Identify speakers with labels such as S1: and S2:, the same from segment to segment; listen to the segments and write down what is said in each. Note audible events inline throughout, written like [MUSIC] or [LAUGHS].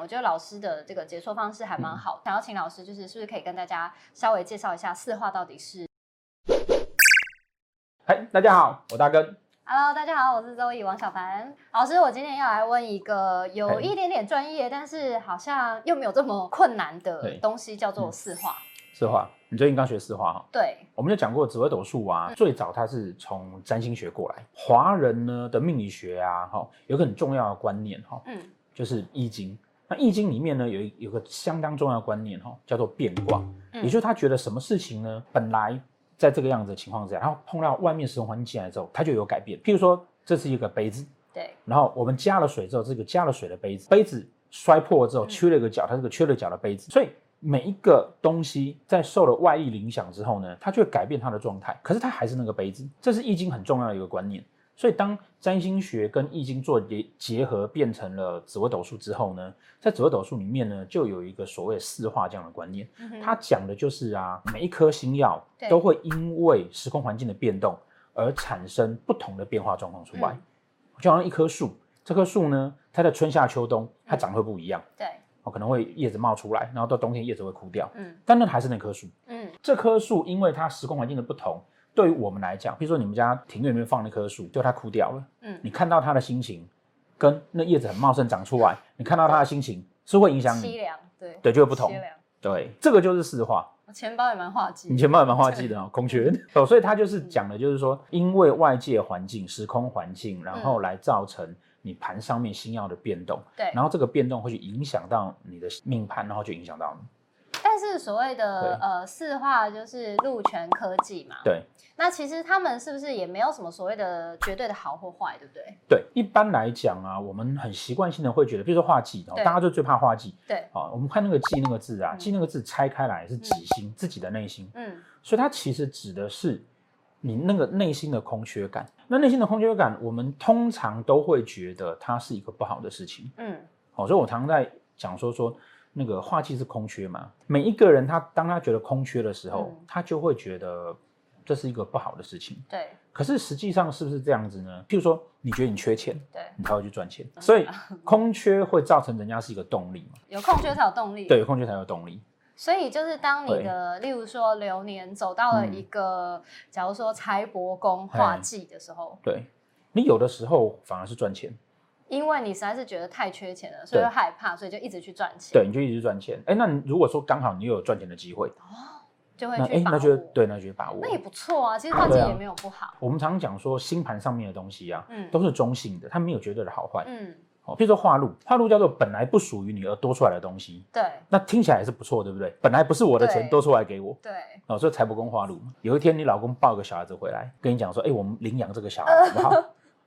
S1: 我觉得老师的这个解说方式还
S2: 嗯
S1: 蛮好。想要请老师，就是是不是可以跟大家稍微介绍一下四化到底是
S2: 嗨，大家好，我大根。
S1: ？Hello，大家好，我是周易王小凡老师。我今天要来问一个有
S2: 嘿
S1: 一点点专业，但是好像又没有这么困难的
S2: 对嗯
S1: 东西，叫做四化。
S2: 四化，你最近刚学四化哈？
S1: 对，
S2: 我们就讲过紫微斗数啊，最早它是从占星学过来。华人呢的命理学啊，哈，有个很重要的观念哈，
S1: 嗯，
S2: 就是易经。那易经里面呢，有一有个相当重要的观念哈，叫做变卦，
S1: 嗯
S2: 也就是他觉得什么事情呢，本来在这个样子的情况之下，然后碰到外面使用环境进来之后，它就有改变。譬如说，这是一个杯子，
S1: 对，
S2: 然后我们加了水之后，这个加了水的杯子，杯子摔破之后
S1: 嗯
S2: 缺了一个角，它是个缺了角的杯子，所以。每一个东西在受了外力影响之后呢，它就会改变它的状态，可是它还是那个杯子，这是易经很重要的一个观念。所以当占星学跟易经做结结合，变成了紫微斗数之后呢，在紫微斗数里面呢，就有一个所谓四化这样的观念，
S1: 嗯哼
S2: 它讲的就是啊，每一颗星耀
S1: 对
S2: 都会因为时空环境的变动而产生不同的变化状况出来，
S1: 嗯
S2: 就好像一棵树，这棵树呢，它的春夏秋冬它长得会不一样，
S1: 嗯对，
S2: 哦，可能会叶子冒出来，然后到冬天叶子会枯掉，
S1: 嗯
S2: 但那还是那棵树。
S1: 嗯
S2: 这棵树因为它时空环境的不同，对于我们来讲，比如说你们家庭院里面放那棵树，就它枯掉了，
S1: 嗯，
S2: 你看到它的心情，跟那叶子很茂盛长出来，你看到它的心情是会影响
S1: 凄
S2: 你，
S1: 凉，对，
S2: 对，就会不同
S1: 凄。凉。
S2: 对，这个就是四化。
S1: 我钱包也蛮化忌
S2: 你，前面还蛮话记的哦，孔雀哦，所以他就是讲的，就是说，因为外界环境、时空环境，然
S1: 嗯
S2: 后来造成你盘上面星耀的变动，
S1: 对。
S2: 然后这个变动会去影响到你的命盘，然后就影响到你。
S1: 但是所谓的
S2: 对
S1: 呃四化就是陆权科技嘛，
S2: 对
S1: 那其实他们是不是也没有什么所谓的绝对的好或坏，对不对？
S2: 对，一般来讲啊，我们很习惯性的会觉得，比如说画技，哦
S1: 对，
S2: 大家就最怕画技
S1: 对，
S2: 啊。我们看那个技那个字啊，
S1: 嗯
S2: 技那个字拆开来是己心，自己的内心，
S1: 嗯
S2: 所以它其实指的是你那个内心的空缺感。那内心的空缺感，我们通常都会觉得它是一个不好的事情。
S1: 嗯
S2: 哦，所以我常常在讲说说那个化气是空缺嘛，每一个人他当他觉得空缺的时候，
S1: 嗯
S2: 他就会觉得这是一个不好的事情。
S1: 对
S2: 可是实际上是不是这样子呢？譬如说，你觉得你缺钱，
S1: 对，
S2: 你才会去赚钱，
S1: 嗯 [LAUGHS]
S2: 所以空缺会造成人家是一个动力嘛？
S1: 有空缺才有动力。
S2: 对，，有空缺才有动力。
S1: 所以就是当你的，例如说流年走到了一个，
S2: 嗯
S1: 假如说财帛宫化忌的时候，
S2: 对，你有的时候反而是赚钱，
S1: 因为你实在是觉得太缺钱了，所以
S2: 对
S1: 会害怕，所以就一直去赚钱，
S2: 对，你就一直赚钱。哎，那你如果说刚好你又有赚钱的机会，
S1: 就会
S2: 那
S1: 去
S2: 哎，
S1: 把
S2: 那就
S1: 握。
S2: 对，那就去把握
S1: 那。也不错啊，其实化忌
S2: 对啊
S1: 也没有不好。
S2: 我们常常讲说，星盘上面的东西啊，
S1: 嗯
S2: 都是中性的，它没有绝对的好坏。
S1: 嗯，
S2: 哦，譬如说化禄，化禄叫做本来不属于你而多出来的东西，
S1: 对
S2: 那听起来也是不错，对不对？本来不是我的
S1: 对
S2: 钱多出来给我，
S1: 对，
S2: 哦，所以财帛宫化禄嘛。有一天你老公抱个小孩子回来，跟你讲说，哎、我们领养这个小孩好不好？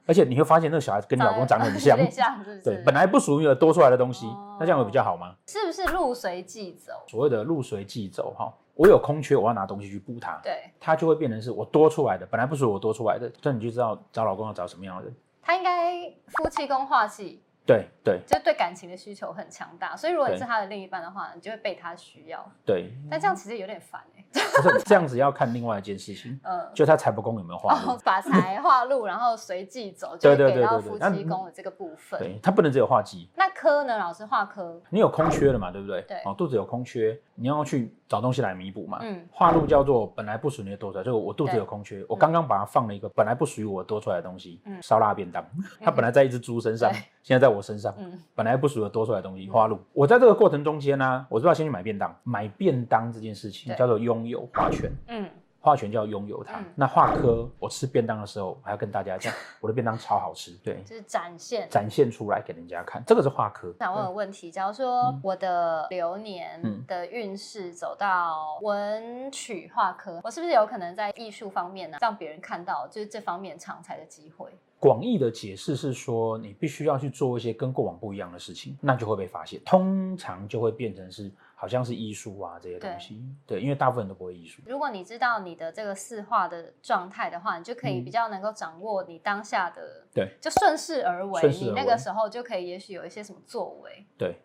S2: 而且你会发现那个小孩子跟你老公长得很
S1: [LAUGHS]
S2: 像
S1: 有，点像是不是？
S2: 对，本来不属于你而多出来的东西，
S1: 哦
S2: 那这样会比较好吗？
S1: 是不是路随即走？
S2: 所谓的入随即走哈、我有空缺，我要拿东西去补它，
S1: 对，
S2: 它就会变成是我多出来的，本来不属于我多出来的，这样你就知道找老公要找什么样的人。
S1: 他应该夫妻宫化气，
S2: 对对
S1: 就对感情的需求很强大，所以如果你
S2: 对嗯
S1: 是他的另一半的话，你就会被他需要。
S2: 对， [LAUGHS]
S1: 但这样其实有点烦哎、欸，
S2: 可是这样子要看另外一件事情。
S1: 呃，
S2: 就他财帛宫有没有化
S1: 然后
S2: 禄？
S1: [LAUGHS] 把财化禄，然后随即走，就会
S2: 对对
S1: 给到
S2: 对对
S1: 夫
S2: 对那
S1: 妻宫的这个部分。
S2: 对，他不能只有化忌，
S1: 那科呢？老师化科，
S2: 你有空缺了嘛，对不对？
S1: 对
S2: 哦，肚子有空缺，你要去找东西来弥补嘛。
S1: 嗯
S2: 化禄叫做本来不属于你的多出来，就是我肚子有空缺，我刚刚把它放了一个本来不属于我多出来的东西，
S1: 嗯
S2: 烧腊便当，它本来在一只猪身上
S1: 对，
S2: 现在在我身上，
S1: 嗯，
S2: 本来不属于我多出来的东西，花露。我在这个过程中间呢、我是要先去买便当，买便当这件事情
S1: 对
S2: 叫做拥有化权。
S1: 嗯，
S2: 化权叫拥有它。
S1: 嗯
S2: 那化科，我吃便当的时候，我还要跟大
S1: [LAUGHS]
S2: 家讲，我的便当超好吃，对，
S1: 就是展现。
S2: 展现出来给人家看，这个是化科。
S1: 想问个问题，假如说我的流年
S2: 嗯
S1: 的运势走到文曲化科，我是不是有可能在艺术方面呢、让别人看到就是这方面常才的机会？
S2: 广义的解释是说，你必须要去做一些跟过往不一样的事情，那就会被发现。通常就会变成是好像是艺术啊这些东西，对，因为大部分人都不会艺术。
S1: 如果你知道你的这个四化的状态的话，你就可以
S2: 嗯
S1: 比较能够掌握你当下的，
S2: 对，
S1: 就顺势而为。
S2: 顺势而为
S1: 你那个时候就可以，也许有一些什么作为。
S2: 对，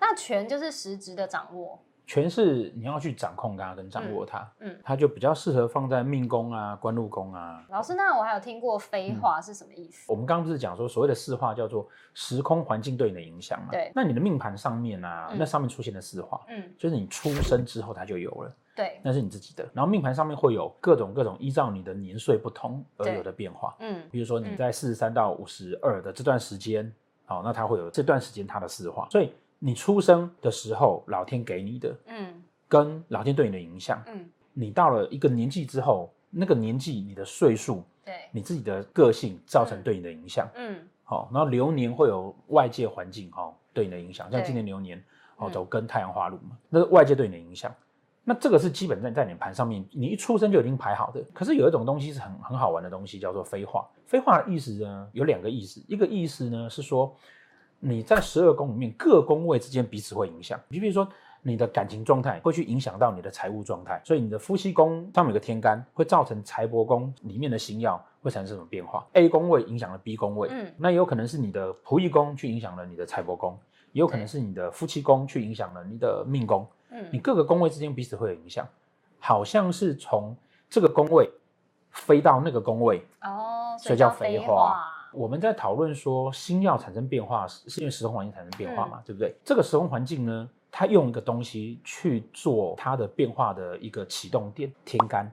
S1: 那权就是实质的掌握，
S2: 权势你要去掌控它跟掌握它，
S1: 嗯嗯
S2: 它就比较适合放在命宫啊、官禄宫啊。
S1: 老师，那我还有听过非化是什么意思？
S2: 嗯我们刚刚不是讲说所谓的四化叫做时空环境对你的影响嘛？
S1: 对
S2: 那你的命盘上面啊，
S1: 嗯
S2: 那上面出现的四化，
S1: 嗯，
S2: 就是你出生之后它就有了，
S1: 对，
S2: 那是你自己的。然后命盘上面会有各种各种依照你的年岁不同而
S1: 对
S2: 有的变化，
S1: 嗯
S2: 比如说你
S1: 嗯
S2: 在四十三到五十二的这段时间，好、那它会有这段时间它的四化，所以你出生的时候老天给你的，
S1: 嗯
S2: 跟老天对你的影响，
S1: 嗯，
S2: 你到了一个年纪之后，那个年纪你的岁数，
S1: 对，
S2: 你自己的个性造成
S1: 嗯
S2: 对你的影响。
S1: 嗯
S2: 好、然后流年会有外界环境哈、哦、对你的影响，像今年流年哦
S1: 嗯
S2: 走跟太阳花路嘛，那是外界对你的影响。那这个是基本在在你的盘上面，你一出生就已经排好的。可是有一种东西是很很好玩的东西，叫做飞化。飞化的意思呢有两个意思，一个意思呢是说你在十二宫里面各宫位之间彼此会影响，你比如说你的感情状态会去影响到你的财务状态，所以你的夫妻宫上面有个天干，会造成财帛宫里面的星曜会产生什么变化？A 宫位影响了 B 宫位，
S1: 嗯
S2: 那也有可能是你的仆役宫去影响了你的财帛宫，也有可能是你的夫妻宫去影响了你的命宫，你
S1: 嗯，
S2: 各个宫位之间彼此会有影响，好像是从这个宫位飞到那个宫位，
S1: 哦，
S2: 所以叫
S1: 叫
S2: 肥
S1: 肥
S2: 化。我们在讨论说星耀产生变化是是因为时空环境产生变
S1: 嗯
S2: 化嘛，对不对？这个时空环境呢，它用一个东西去做它的变化的一个启动点，天干。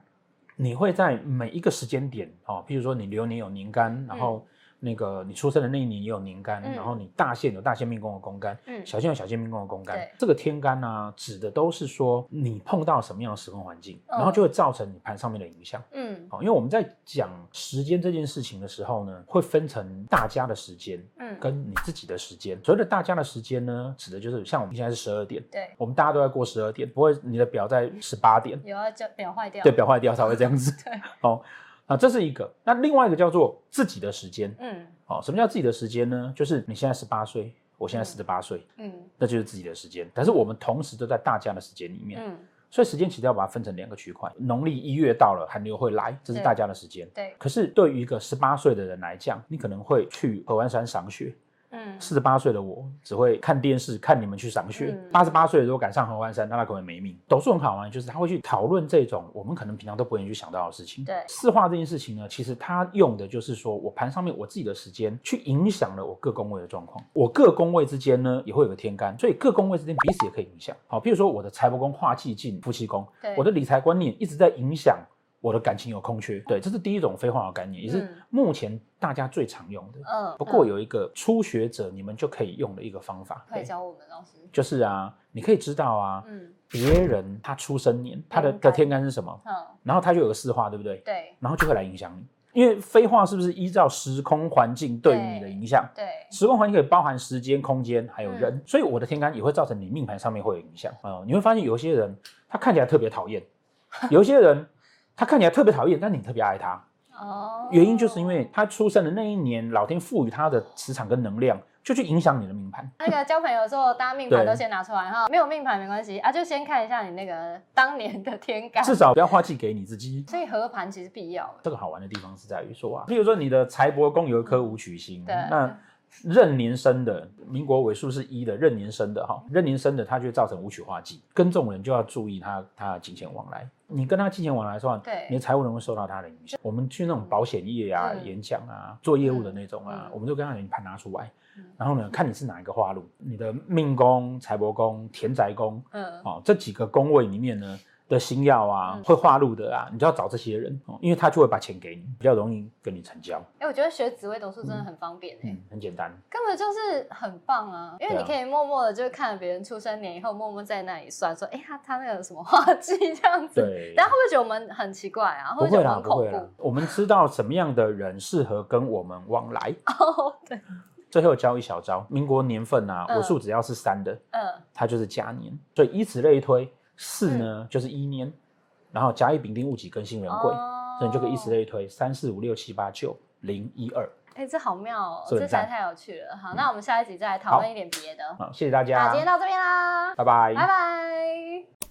S2: 你会在每一个时间点哦，譬如说你流年有年干，然后那个你出生的那一年也有年干，
S1: 嗯
S2: 然后你大限有大限命宫的宫干，
S1: 嗯
S2: 小限有小限命宫的宫干
S1: 对。
S2: 这个天干呢、啊指的都是说你碰到什么样的时空环境，
S1: 嗯
S2: 然后就会造成你盘上面的影响。
S1: 嗯
S2: 哦好，因为我们在讲时间这件事情的时候呢，会分成大家的时间
S1: 嗯，
S2: 跟你自己的时间。所谓的大家的时间呢，指的就是像我们现在是十二点，
S1: 对，
S2: 我们大家都在过十二点，不会你的表在十八点，
S1: 有要叫表坏掉，。
S2: 对，表坏掉才会这样子
S1: 对，
S2: 哦，啊，这是一个。那另外一个叫做自己的时间。
S1: 嗯
S2: 哦，什么叫自己的时间呢？就是你现在十八岁，我现在
S1: 嗯
S2: 四十八岁，
S1: 嗯
S2: 那就是自己的时间。但是我们同时都在大家的时间里面。
S1: 嗯，
S2: 所以时间其实要把它分成两个区块，农历一月到了，寒流会来，这是
S1: 对
S2: 大家的时间。
S1: 对，
S2: 可是对于一个十八岁的人来讲，你可能会去合欢山赏雪。
S1: 嗯
S2: 四十八岁的我只会看电视，看你们去赏雪
S1: 嗯。
S2: 八十八岁如果赶上合欢山，那他可能没命。斗数很好玩，就是他会去讨论这种我们可能平常都不愿意去想到的事情。
S1: 对
S2: 四化这件事情呢，其实它用的就是说我盘上面我自己的时间，去影响了我各宫位的状况。我各宫位之间呢，也会有个天干，所以各宫位之间彼此也可以影响。好，譬如说我的财帛宫化气进夫妻宫，
S1: 对，
S2: 我的理财观念一直在影响我的感情有空缺。对，这是第一种非化的概念，也是
S1: 嗯
S2: 目前大家最常用的。
S1: 嗯，
S2: 不过
S1: 嗯
S2: 有一个初学者你们就可以用的一个方法，
S1: 可以
S2: 对
S1: 教我们老师，
S2: 就是啊，你可以知道啊，
S1: 嗯
S2: 别人他出生年他的
S1: 天
S2: 的
S1: 干
S2: 天干是什么，
S1: 嗯，
S2: 然后他就有个四化，对不对？
S1: 对
S2: 然后就会来影响你，因为非化是不是依照时空环境对于你的
S1: 对
S2: 影响？
S1: 对，
S2: 时空环境可以包含时间、空间，还有
S1: 嗯
S2: 人，所以我的天干也会造成你命盘上面会有影响哦、你会发现有些人他看起来特别讨厌，有些人他看起来特别讨厌，但你特别爱他，
S1: 哦，
S2: 原因就是因为他出生的那一年，老天赋予他的磁场跟能量，就去影响你的命盘。
S1: 那个交朋友的时候，大家命盘
S2: 对
S1: 都先拿出来哈，没有命盘没关系啊，就先看一下你那个 [LAUGHS] 当年的天干。
S2: 至少不要化忌给你自己。
S1: 所以合盘其实必要欸，
S2: 这个好玩的地方是在于说啊，譬如说你的财帛宫有一颗武曲星，
S1: 对
S2: 那壬年生的，民国尾数是一的，壬年生的哈，壬年生的它就会造成武曲化忌，跟这种人就要注意他他的金钱往来。你跟他金钱往来的话，
S1: 对
S2: 你的财务能会受到他的影响。我们去那种保险业啊、
S1: 嗯
S2: 演讲啊、做业务的那种啊，
S1: 嗯
S2: 我们就跟他讲你盘拿出来
S1: 嗯，
S2: 然后呢，看你是哪一个花路，你的命宫、财帛宫、田宅宫，
S1: 嗯，
S2: 哦，这几个宫位里面呢的星耀啊，
S1: 嗯
S2: 会化禄的啊，你就要找这些人哦，因为他就会把钱给你，比较容易跟你成交。
S1: 哎，我觉得学紫微斗数真的很方便哎、
S2: 嗯，很简单。
S1: 根本就是很棒啊，因为
S2: 对啊
S1: 你可以默默的就看别人出生年以后，默默在那里算说，哎、他他那个什么画技这样子，
S2: 对，
S1: 大家会不会觉得我们很奇怪啊？
S2: 不
S1: 会不会觉得我们
S2: 会啦，不会
S1: 很
S2: 啦
S1: 恐。
S2: 我们知道什么样的人适合跟我们往来。
S1: 怖？哦，对，
S2: 最后教一小招，民国年份啊，
S1: 嗯
S2: 尾数只要是三的，
S1: 嗯，
S2: 它就是甲年，所以依此类推，四呢就是一年，然后甲乙丙丁戊己庚辛壬癸，
S1: 哦
S2: 所以你就可以依此类推，三四五六七八九零一二。
S1: 哎、这好妙哦，这
S2: 这很
S1: 实在
S2: 赞
S1: 太有趣了。好，那我们下一集再来讨
S2: 好
S1: 论一点别的。
S2: 好，谢谢大家
S1: 那今，天到这边啦，
S2: 拜拜
S1: 拜拜。